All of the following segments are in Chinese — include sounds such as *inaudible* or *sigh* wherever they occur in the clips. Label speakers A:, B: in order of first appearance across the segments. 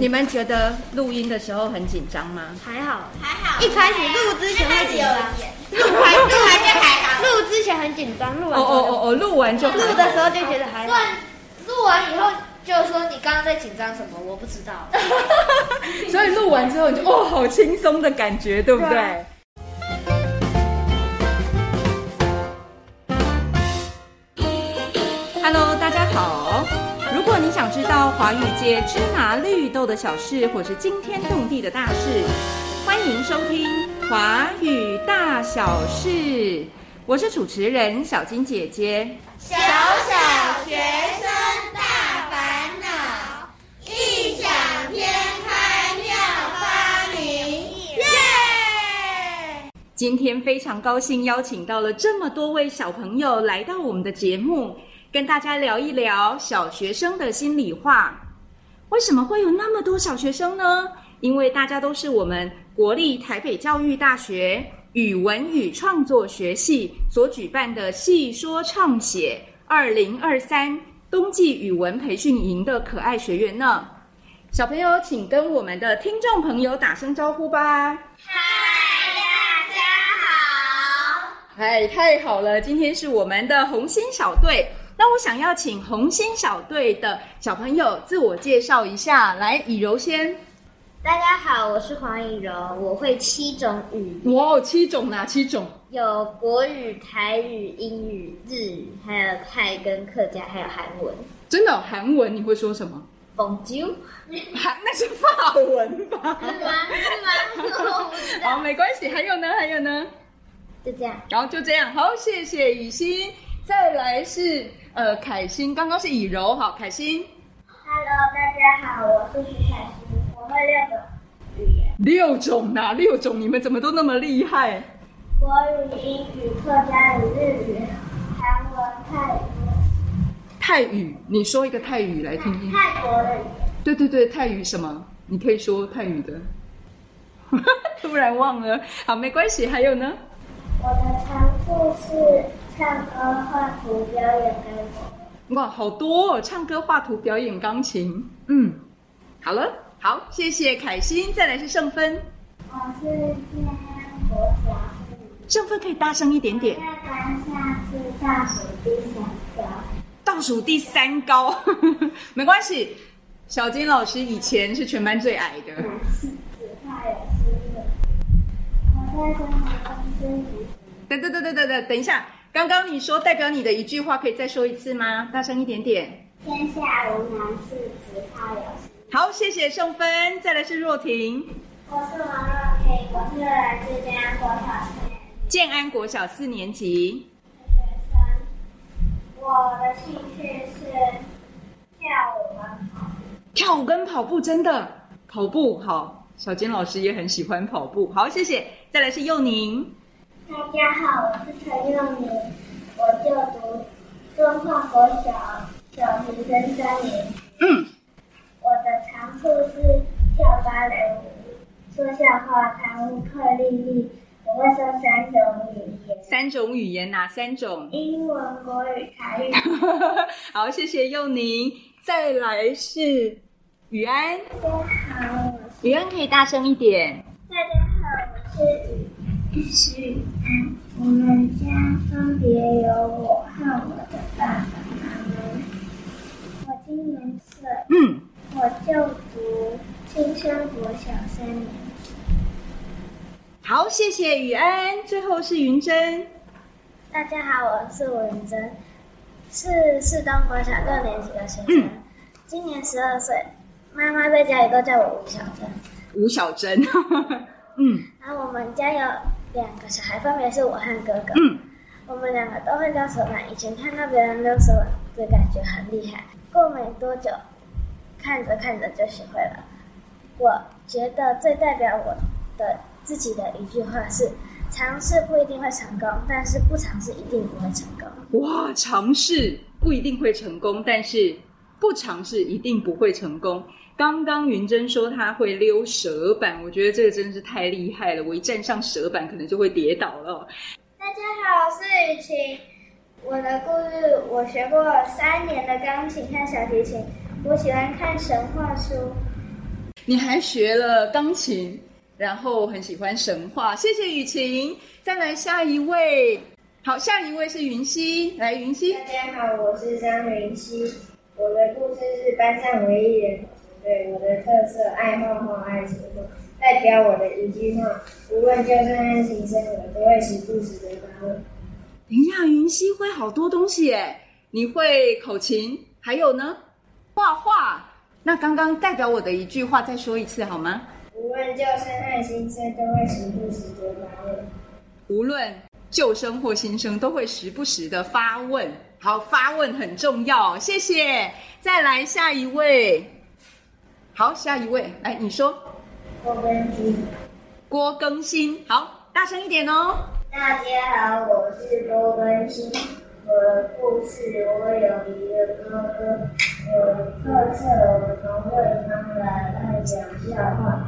A: 你们觉得录音的时候很紧张吗？
B: 还好，
C: 还好。
B: 一开始录之前会紧张
C: 还好
B: 录完录
C: 还是还好
B: 录之前很紧张，
A: *laughs* 哦
B: 录完之后
A: 哦
B: 就
A: 哦哦，录完就好
B: 录的时候就觉得还
C: 录
B: 好。
C: 完录完以后就说你刚刚在紧张什么，我不知道。
A: 所以录完之后你就哦，好轻松的感觉，对不对？
B: 对啊
A: 哈 Hello，大家好。如果你想知道华语界芝麻绿豆的小事，或是惊天动地的大事，欢迎收听《华语大小事》。我是主持人小金姐姐。
C: 小小学生大烦恼，异想天开妙发明，耶！
A: 今天非常高兴邀请到了这么多位小朋友来到我们的节目，跟大家聊一聊小学生的心里话。为什么会有那么多小学生呢？因为大家都是我们国立台北教育大学语文与创作学系所举办的“戏说唱写”二零二三冬季语文培训营的可爱学员呢。小朋友，请跟我们的听众朋友打声招呼吧。
C: 嗨，大家好。
A: 哎，太好了！今天是我们的红心小队。那我想要请红心小队的小朋友自我介绍一下。来，以柔先。
C: 大家好，我是黄以柔，我会七种语言，
A: 哇，七种哪七种？
C: 有国语、台语、英语、日语，还有泰跟客家，还有韩文。
A: 真的哦、韩文你会说什么？
C: Bonjour，
A: 韩那是法文吧？
C: 是
A: *laughs*
C: 吗？是 *laughs* 吗？
A: 好，没关系。还有呢？还有呢？
C: 就这样。
A: 然后就这样，好，谢谢以欣。再来是呃凯欣，刚刚是以柔，好，凯欣
C: Hello，大家好，我是徐凯欣，我会六个语言：
A: 六种哪、六种？你们怎么都那么厉害？
C: 国语、英语、客家语、日语、韩文、泰语、
A: 泰语，你说一个泰语来听听。
C: 泰国的语言。
A: 对对对，泰语什么？你可以说泰语的。 *laughs* 突然忘了，好，没关系。还有呢？
C: 我的长处是唱歌、画图、表演跟我。
A: 哇，好多、哦！唱歌、画图、表演钢琴。嗯，好了，好，谢谢凯欣。再来是盛芬，
C: 我是建安国小四年
A: 盛芬可以大声一点点。
C: 在班上是倒数第三个。
A: 倒数第三高， *laughs* 没关系。小金老师以前是全班最矮的。等等等等等等，等一下，刚刚你说代表你的一句话，可以再说一次吗？大声一点点。
C: 天下无难事，只怕有心。
A: 好，谢谢盛芬，再来是若婷，
C: 我是王若萍，我是来自中央国小四年级
A: 建安国小四年级。
C: 的学生。我的兴趣是跳舞和跑步。
A: 跳舞跟跑步真的，跑步好，小金老师也很喜欢跑步。好，谢谢。再来是幼宁，
C: 大家好，我是陈佑宁，我就读中化国小小学生三年级。
A: 嗯，
C: 我的长处是跳芭蕾舞、说笑话、弹乌克丽丽，我会说三种语言：
A: 三种语言哪三种？ *laughs*
C: 英文、国语、台语。
A: 好，谢谢幼宁。再来是雨安，
C: 大家好，我
A: 雨安可以大声一点。
C: 大家好，我是雨许安，我们家分别有我和我的爸爸妈妈。我今年岁，
A: 嗯，
C: 我就读青春国小三年级。
A: 好，谢谢雨安。最后是云珍，
C: 大家好，我是文珍，是四东国小六年级的学生，今年十二岁。妈妈在家里都叫我吴小珍。
A: 吴小珍。 *laughs* 嗯
C: 然后我们家有两个小孩，分别是我和哥哥。
A: 嗯，
C: 我们两个都会溜手板，以前看到别人溜手板，就感觉很厉害。过没多久，看着看着就学会了。我觉得最代表我的自己的一句话是：尝试不一定会成功，但是不尝试一定不会成功。
A: 哇，尝试不一定会成功，但是不尝试一定不会成功。刚刚云珍说她会溜蛇板，我觉得这个真是太厉害了。我一站上蛇板，可能就会跌倒了。
C: 大家好，我是雨晴。我的故事，我学过三年的钢琴和小提琴。我喜欢看神话书。
A: 你还学了钢琴，然后很喜欢神话。谢谢雨晴，再来下一位。好，下一位是云溪，来云溪。
C: 大家好，我是张云熙，我的故事是班上唯一人口组队，我的特色爱画画、爱说话，代表我的一句话，无论就算和新生，我都会时不时的发问。
A: 等一下，云溪会好多东西耶，你会口琴，还有呢，画画。那刚刚代表我的一句话再说一次好吗？
C: 无论就算和新生，都会时不时的发问。
A: 无论旧生或新生，都会时不时的发问。好，发问很重要，哦谢谢。再来下一位，好，下一位，来你说，
C: 我跟你
A: 郭更新，好，大声一点哦。
C: 大家好，我是郭根新。
D: 呃
C: 我的故事，我有一个哥哥，我的特色我从会常来爱讲笑话，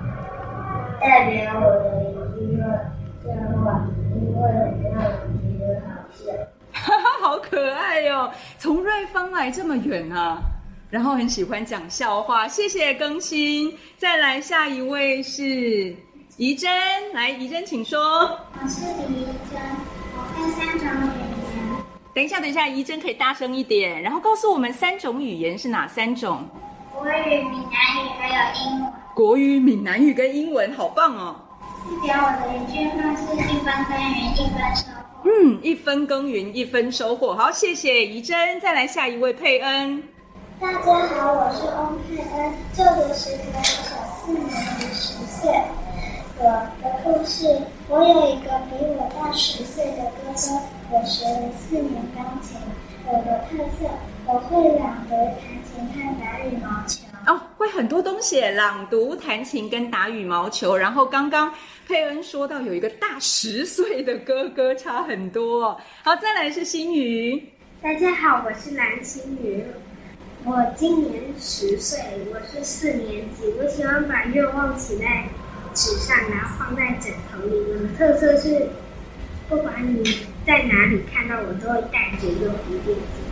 C: 代表我的一句话
D: 呃
C: 笑话，因为很让我觉得好笑。
A: 哈哈， *laughs* 好可爱哟、从瑞芳来这么远啊，然后很喜欢讲笑话，谢谢更新。再来下一位是怡珍，来怡珍请说。
D: 我是李怡珍，我会三种语言，
A: 等一下，等一下，怡珍可以大声一点，然后告诉我们三种语言是哪三种？
D: 国语、闽南语还有英文。
A: 国语、闽南语跟英文，好棒哦！
D: 代表我的一句话是一分耕耘一分收获。
A: 嗯，一分耕耘一分收获。好，谢谢怡珍，再来下一位佩恩。
D: 大家好，我是翁佩恩，就读石门小四年级十岁。我的故事，我有一个比我大十岁的哥哥，我学了四年钢琴。我的特色，我会朗读、弹琴和打羽毛球。
A: 哦，会很多东西，朗读、弹琴跟打羽毛球。然后刚刚佩恩说到有一个大十岁的哥哥，差很多哦。好，再来是心宇。
D: 大家好，我是蓝青云，我今年十岁，我是四年级。我喜欢把愿望写在纸上，然后放在枕头里。我的特色是，不管你在哪里看到我，都会带着一个蝴蝶结。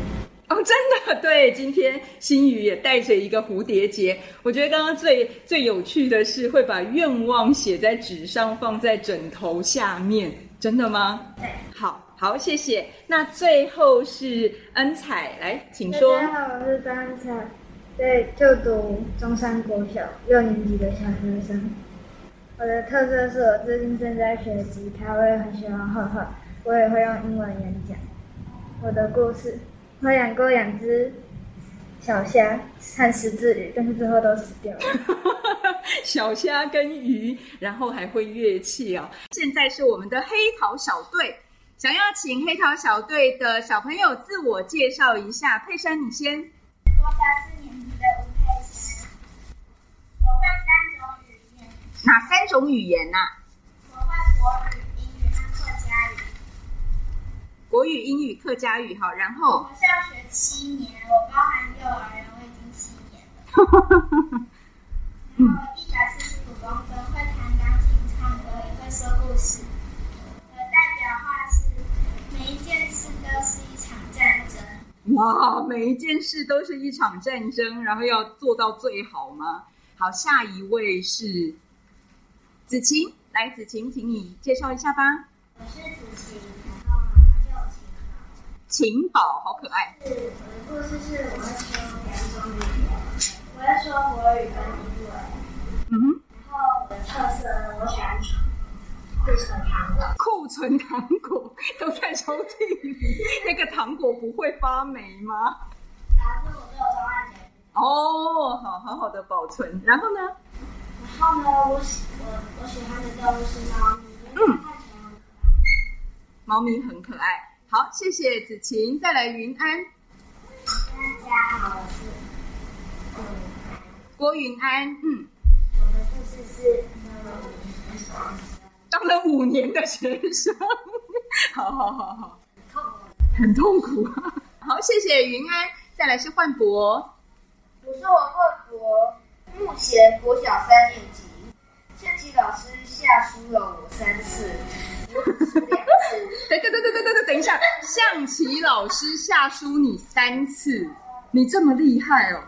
A: 哦，真的对，今天心宇也带着一个蝴蝶结。我觉得刚刚最最有趣的是会把愿望写在纸上，放在枕头下面，真的吗？
D: 对，
A: 好好，谢谢。那最后是恩彩，来，请
C: 大
A: 说。
C: 家好，我是张安灿，对，就读中山国小六年级的小学生。我的特色是我最近正在学吉他，我也很喜欢画画，我也会用英文演讲。我的故事，我养过两只小虾和十字鱼，但是最后都死 *laughs* 掉了。
A: *laughs* 小虾跟鱼，然后还会乐器哦。现在是我们的黑桃小队，想要请黑桃小队的小朋友自我介绍一下。佩珊，你先。
D: 我小四年级的吴佩慈，我会三种语言，
A: 哪三种语言啊呐、
D: 我会国语、英语和客家语。
A: 国语、英语、客家语，好，然后
D: 我上学七年，我包含幼儿园，我已经七年了。然后一百四十五公分，会弹钢琴、唱歌，也会说故事。我的代表画是每一件事都是一场战争。
A: 哇，每一件事都是一场战争，然后要做到最好吗？好，下一位是子晴，来，子晴，请你介绍一下吧。
D: 我是子晴，然后妈妈叫我晴
A: 晴宝，好可爱。
D: 是我的故事是我会说两种语言，我会说国语跟英文。
A: 嗯哼。
D: 然后我的特色呢，我喜欢库存糖
A: *laughs*
D: 果。
A: 库存糖果都在抽屉里，那个糖果不会发霉吗？
D: 然后我都有装在嘴里。
A: 哦，好好好的保存。然后呢？
D: 然后呢，我喜我我喜欢的动物是猫咪，因为它看起来很可爱。
A: 猫咪很可爱。好，谢谢子晴。再来云安，
D: 大家好，我是
A: 郭云安，嗯，
D: 我的故事是
A: 当了五年的学生，好好好好，很痛苦。啊好，谢谢云安。再来是焕博，
C: 我是王冠博，目前国小三年级。象棋老师下输了我三次，我只输两次。
A: 等等等等等等等，等一下，象棋老师下输你三次，你这么厉害哦！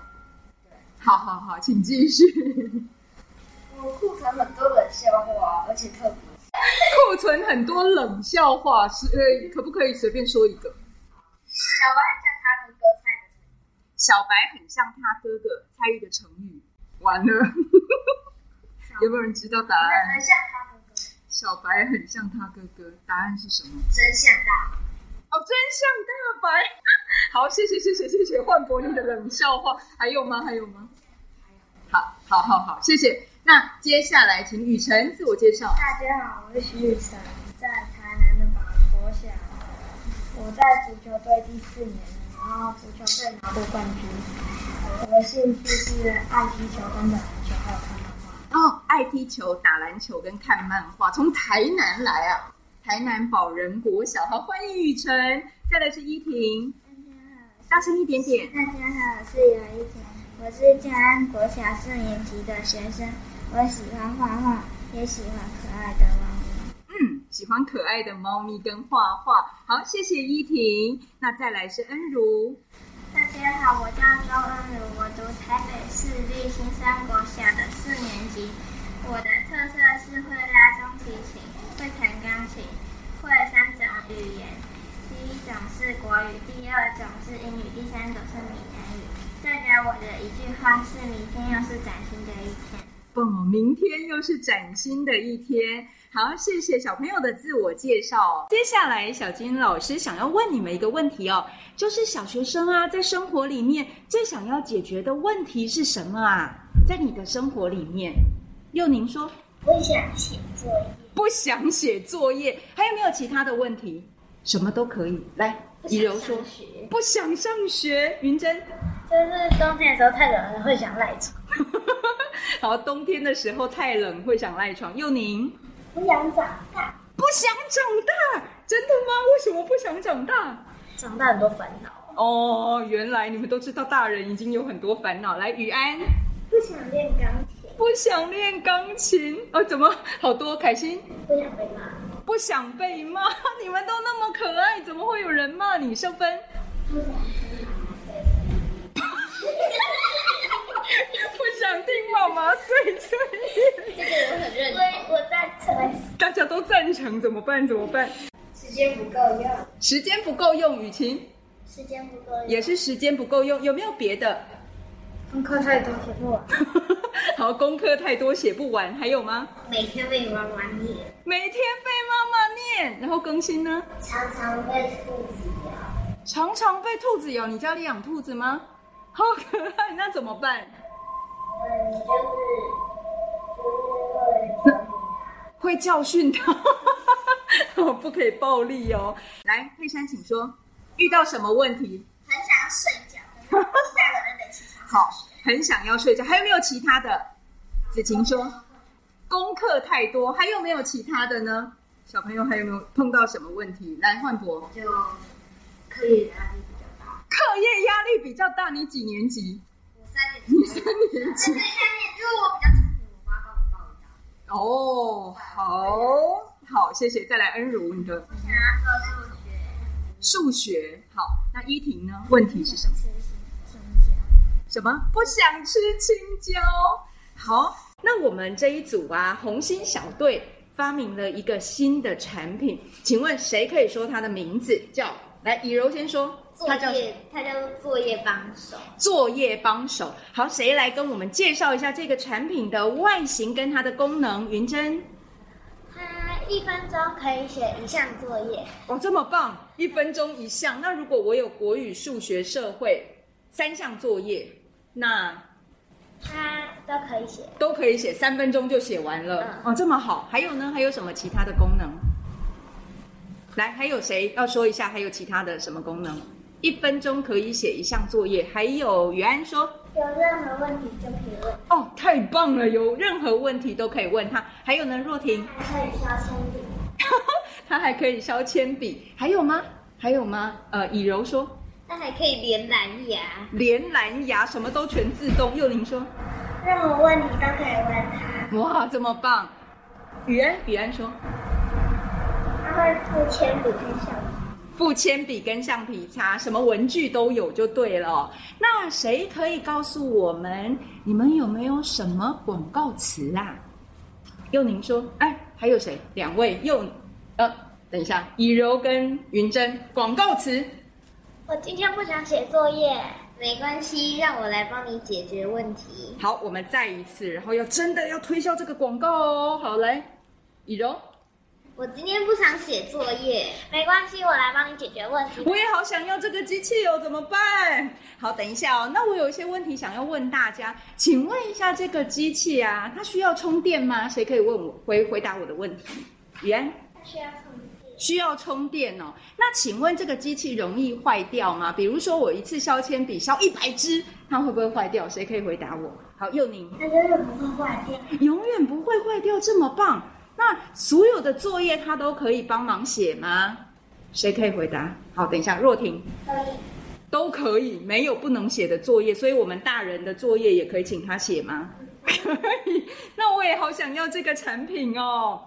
A: 好好好，请继续。
C: 去痛苦。
A: 库存很多冷笑话，是呃，可不可以随便说一个？
C: 小白很像他的割菜的成语，
A: 小白很像他哥哥蔡玉的成语，完了， *laughs* 有没有人知道答
C: 但
A: 案？
C: 很像他的歌，
A: 小白很像他哥哥，答案是什么？
C: 真相大。
A: 哦，真相大白。 *laughs* 好，谢谢谢谢谢谢焕博你的冷笑话，还有吗？还有吗？好，好，好，好，谢谢。那接下来请雨辰自我介绍。
E: 大家好，我是徐雨辰，在台南的法国小，我在足球队第四年，然后足球队拿过冠军。我的兴趣是爱踢球、跟打篮球，还有看漫画。
A: 哦，爱踢球、打篮球跟看漫画，从台南来啊，台南宝仁国小，好欢迎雨辰。再来是依婷，大声一点点。
D: 大家好，我是有一婷，我是建安国小四年级的学生，我喜欢画画，也喜欢可爱的猫咪。
A: 嗯，喜欢可爱的猫咪跟画画。好，谢谢依婷。那再来是恩如，
D: 大家好，我叫周恩如，我读台北市立新山国小的四年级，我的特色是会拉中提琴，会弹钢琴，会三种语言。第一种是国语，第二种是英语，第三种是闽南语。代表我的一句话是：明天又是崭新的一天。
A: 哦，明天又是崭新的一天。好，谢谢小朋友的自我介绍。接下来，小金老师想要问你们一个问题哦，就是小学生啊，在生活里面最想要解决的问题是什么啊？在你的生活里面，佑宁说
C: 不想写作业，
A: 不想写作业，还有没有其他的问题？什么都可以。来，以柔说不想上学，云珍。 *laughs*
C: 就是冬天的时候太冷了会想赖床。
A: 好，冬天的时候太冷会想赖床。佑宁
C: 不想长大，
A: 不想长大，真的吗？为什么不想长大？
C: 长大很多烦恼。
A: 哦，原来你们都知道大人已经有很多烦恼。来，雨安
C: 不想练钢琴，
A: 不想练钢琴，哦，怎么好多？凯欣
C: 不想被骂，
A: 不想被骂， *laughs* 你们都那么可爱，怎么会有人骂你？秀芬。不想听妈妈碎碎念，
C: 所以我在成
A: 大家都赞成，怎么办？怎么办？
E: 时间不够用，
A: 时间不够用，雨晴
C: 时间不够用，
A: 也是时间不够用，有没有别的？ *laughs*
E: 功课太多写不完。
A: 好，功课太多写不完，还有吗？
C: 每天被妈妈念，
A: 每天被妈妈念，然后更新呢？
C: 常常被兔子咬，
A: 常常被兔子咬，你家里养兔子吗？好可爱，那怎么办？
C: 嗯，就是就是会。
A: 会教训它， *laughs* 哦，不可以暴力哦。来，佩珊，请说，遇到什么问题？
C: 很想睡觉，大人得起床。
A: 好，很想要睡觉，还有没有其他的？子晴说，功课太多，还有没有其他的呢？小朋友还有没有碰到什么问题？来，焕博，
E: 就课业
D: 啊
E: 压力比较大。
A: 课业压力比较大，你几年级？
E: 我三年
A: 你三年级。
E: 最下面，因为我比较聪明，我妈帮我报的。
A: 哦，好好，谢谢。再来，恩如，你的
D: 想要做数
A: 数
D: 学、
A: 学好，那依婷呢？问题是什么？
D: 吃青椒。
A: 什么？不想吃青椒。好，那我们这一组啊，红心小队发明了一个新的产品，请问谁可以说它的名字叫？来，以柔先说，它叫
B: 作业，他叫做作业帮手。
A: 作业帮手。好，谁来跟我们介绍一下这个产品的外形跟它的功能？云珍，
C: 他一分钟可以写一项作业，
A: 哇，哦这么棒！一分钟一项。那如果我有国语、数学、社会三项作业，那
C: 他都可以写。
A: 都可以写，三分钟就写完了。哦，这么好。还有呢？还有什么其他的功能？来，还有谁要说一下？还有其他的什么功能？一分钟可以写一项作业。还有于安说，
C: 有任何问题就可以问，
A: 哦，太棒了！有任何问题都可以问他。还有呢，若婷，
C: 还可以刷铅笔。
A: 他还可以削铅笔。还有吗？还有吗？呃，以柔说，
B: 那还可以连蓝牙，
A: 连蓝牙什么都全自动。幼玲说，
C: 任何问题都可以问他，
A: 哇，这么棒！雨安，雨安说，
C: 他会付铅笔跟橡皮。
A: 付铅笔跟橡皮擦，什么文具都有就对了哦。那谁可以告诉我们，你们有没有什么广告词啊？佑宁说：“哎，还有谁？两位佑，呃，等一下，以柔跟云珍，广告词。
C: 我今天不想写作业，
B: 没关系，让我来帮你解决问题。
A: 好，我们再一次，然后要真的要推销这个广告哦。好，来，以柔，
B: 我今天不想写作业，
C: 没关系，我来帮你解决问题。
A: 我也好想要这个机器哦，怎么办？好，等一下哦。那我有一些问题想要问大家，请问一下，这个机器啊，它需要充电吗？谁可以问我回回答我的问题？雨安。”
D: 需要充电，
A: 需要充电哦。那请问这个机器容易坏掉吗？比如说我一次削铅笔削一百支，它会不会坏掉？谁可以回答我？好，佑宁，
D: 它真的不会坏掉。
A: 永远不会坏掉，这么棒。那所有的作业它都可以帮忙写吗？谁可以回答？好，等一下，若婷
D: 可以，
A: 都可以，没有不能写的作业，所以我们大人的作业也可以请他写吗？可以。那我也好想要这个产品哦。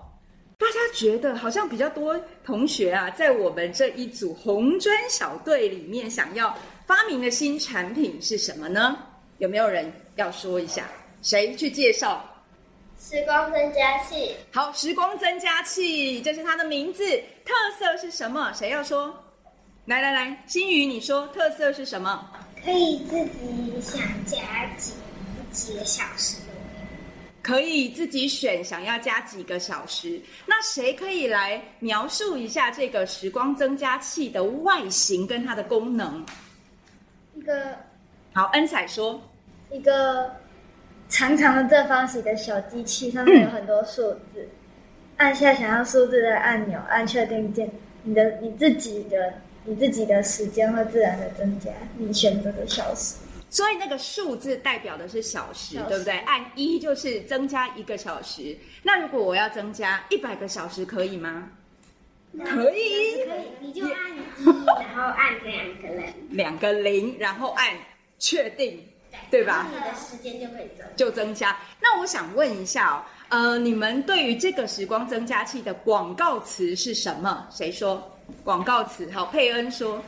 A: 大家觉得好像比较多同学啊，在我们这一组红砖小队里面，想要发明的新产品是什么呢？有没有人要说一下？谁去介绍？
B: 时光增加器，
A: 好，时光增加器，这是它的名字。特色是什么？谁要说？来来来，心宇，你说特色是什么？
D: 可以自己想加几几个小时的
A: 可以自己选想要加几个小时。那谁可以来描述一下这个时光增加器的外形跟它的功能？
E: 一个
A: 好，恩彩说，
E: 一个长长的正方形的小机器，上面有很多数字，按下想要数字的按钮，按确定键，你的你自己的你自己的时间会自然的增加，你选择的小时。
A: 所以那个数字代表的是小时，
E: 小时
A: 对不对？按一就是增加一个小时。那如果我要增加一百个小时，可以吗？可以，
D: 可以，你就按一，然后按两个人，
A: 两个零，然后按确定，对吧？
D: 你的时间就可以走。
A: 就增加。那我想问一下哦，呃，你们对于这个时光增加器的广告词是什么？谁说？广告词好，佩恩说，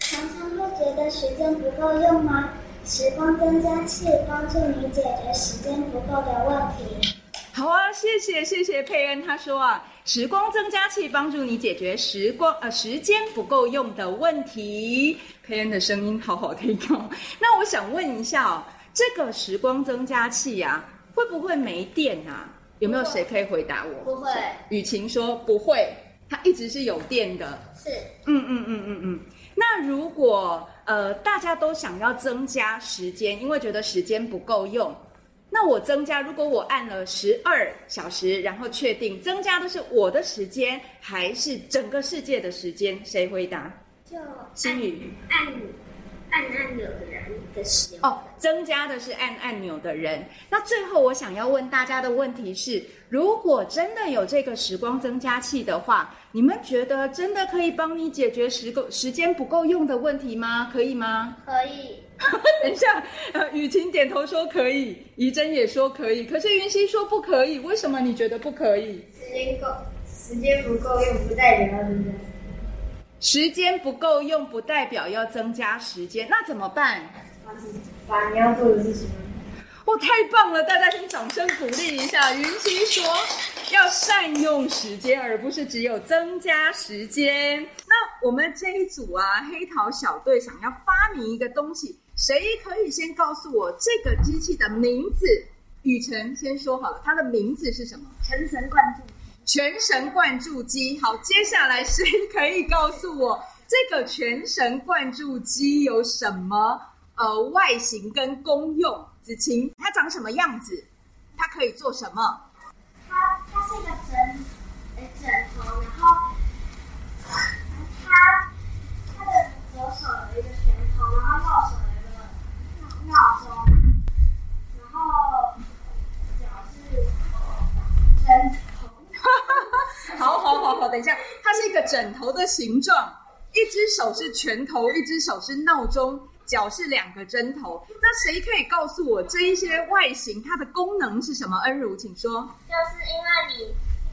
D: 常常会觉得时间不够用吗？时光增加器帮助你解决时间不够的问题。
A: 好啊，谢谢谢谢佩恩，他说啊，时光增加器帮助你解决时光呃时间不够用的问题。佩恩的声音好好听哦。 *laughs* 那我想问一下哦，这个时光增加器啊，会不会没电啊？有没有谁可以回答我？
B: 不会
A: 雨晴说不会，它一直是有电的。
B: 是
A: 嗯嗯嗯嗯嗯。那如果呃大家都想要增加时间，因为觉得时间不够用，那我增加，如果我按了十二小时，然后确定增加的是我的时间还是整个世界的时间？谁回答？
D: 就
A: 心宇
D: 按按按钮的人的时间
A: 哦，增加的是按按钮的人。那最后我想要问大家的问题是：如果真的有这个时光增加器的话，你们觉得真的可以帮你解决时够时间不够用的问题吗？可以吗？ *laughs*
B: 可以。
A: 等一下，呃，雨晴点头说可以，怡珍也说可以，可是云溪说不可以，为什么你觉得不可以？
E: 时间够，时间不够用不代表要增加。
A: 时间不够用不代表要增加时间，那怎么办？
E: 把你要做的事情。
A: 哦，太棒了！大家先掌声鼓励一下。云溪说要善用时间，而不是只有增加时间。那我们这一组啊，黑桃小队想要发明一个东西，谁可以先告诉我这个机器的名字？雨辰先说好了，它的名字是什么？
E: 全神贯注。
A: 全神贯注机。好，接下来谁可以告诉我这个全神贯注机有什么呃外形跟功用？子晴，它长什么样子？它可以做什么？
D: 它它是一个枕呃枕头，然后它它的左手有一个拳头，然后右手有一个闹闹钟，然后脚是呃枕头，
A: 好好好好，等一下，它是一个枕头的形状，一只手是拳头，一只手是闹钟，脚是两个针头。那谁可以告诉我这一些外形它的功能是什么？恩如，请说。
B: 就是因为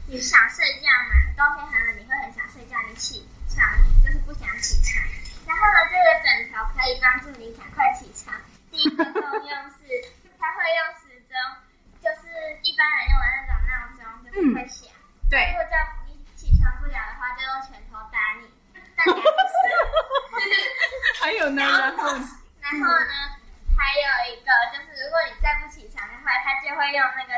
B: 你你想睡觉嘛，冬天寒冷你会很想睡觉，你起床就是不想起床。然后呢，这个枕头可以帮助你赶快起床。第一个功用是它会用时钟，就是一般人用的那种闹钟，就是
A: 嗯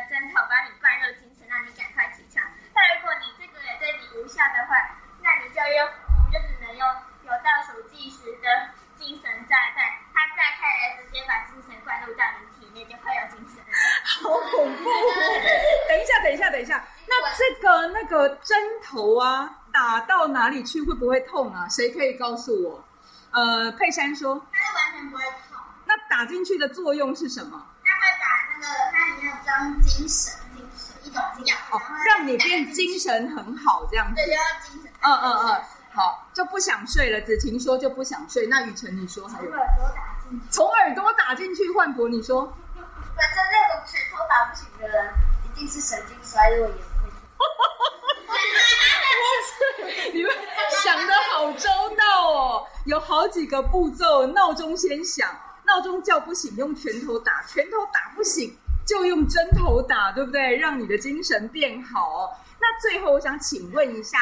B: 跟草帮你灌入精神，让你赶快起床。但如果你这个也对你无效的话，那你就用，我们就只能用有倒数计时的精神炸弹，它炸开来直接把精神灌入到你体内，就会有精神了。
A: 好恐怖！哦等一下，等一下，等一下，那这个那个针头啊，打到哪里去会不会痛啊？谁可以告诉我？呃，佩珊说，
B: 它是完全不会痛，
A: 那打进去的作用是什么？
B: 它会把那个它里面有装精神，一种药，
A: 哦，让你变精神很好这样子
B: 对，。就要精神。
A: 嗯嗯嗯，好，就不想睡了。子晴说就不想睡，那雨辰你说还有
B: 耳朵打进去，
A: 从耳朵打进去，焕博你说。
B: 反正那种拳头打不醒的人，一定是神经衰弱也会。
A: 你们想的好周到哦，有好几个步骤，闹钟先响，闹钟叫不醒用拳头打，拳头打不醒就用针头打，对不对？让你的精神变好。那最后我想请问一下，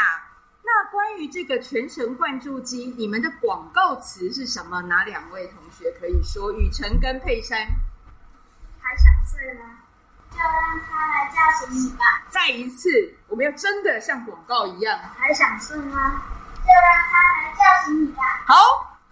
A: 那关于这个全神贯注机，你们的广告词是什么？哪两位同学可以说？雨辰跟佩珊，
B: 还想睡吗？就让他来叫醒你吧。
A: 再一次，我们要真的像广告一样。
B: 还想睡吗？就让他来叫醒你吧。
A: 好，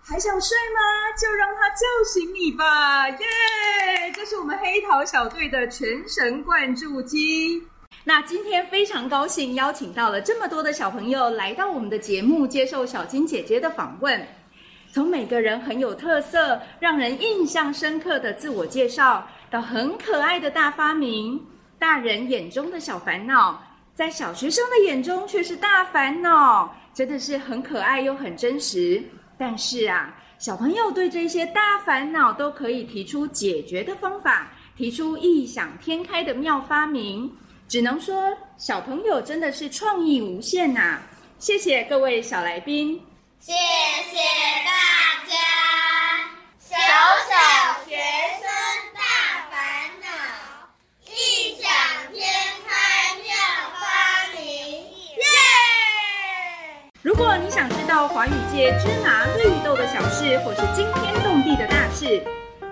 A: 还想睡吗？就让它叫醒你吧，耶、这是我们黑桃小队的全神贯注机。那今天非常高兴邀请到了这么多的小朋友来到我们的节目，接受小金姐姐的访问。从每个人很有特色、让人印象深刻的自我介绍，到很可爱的大发明，大人眼中的小烦恼，在小学生的眼中却是大烦恼，真的是很可爱又很真实。但是啊，小朋友对这些大烦恼都可以提出解决的方法，提出异想天开的妙发明。只能说，小朋友真的是创意无限呐、谢谢各位小来宾。
D: 谢谢大家，小小学生大烦恼，异想天开妙发明，耶！
A: 如果你想知道华语界芝麻绿豆的小事，或是惊天动地的大事，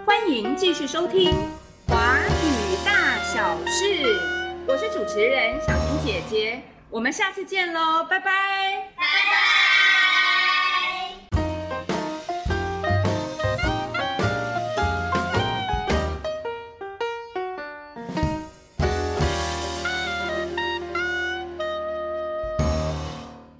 A: 欢迎继续收听《华语大小事》。我是主持人小金姐姐，我们下次见喽，拜拜。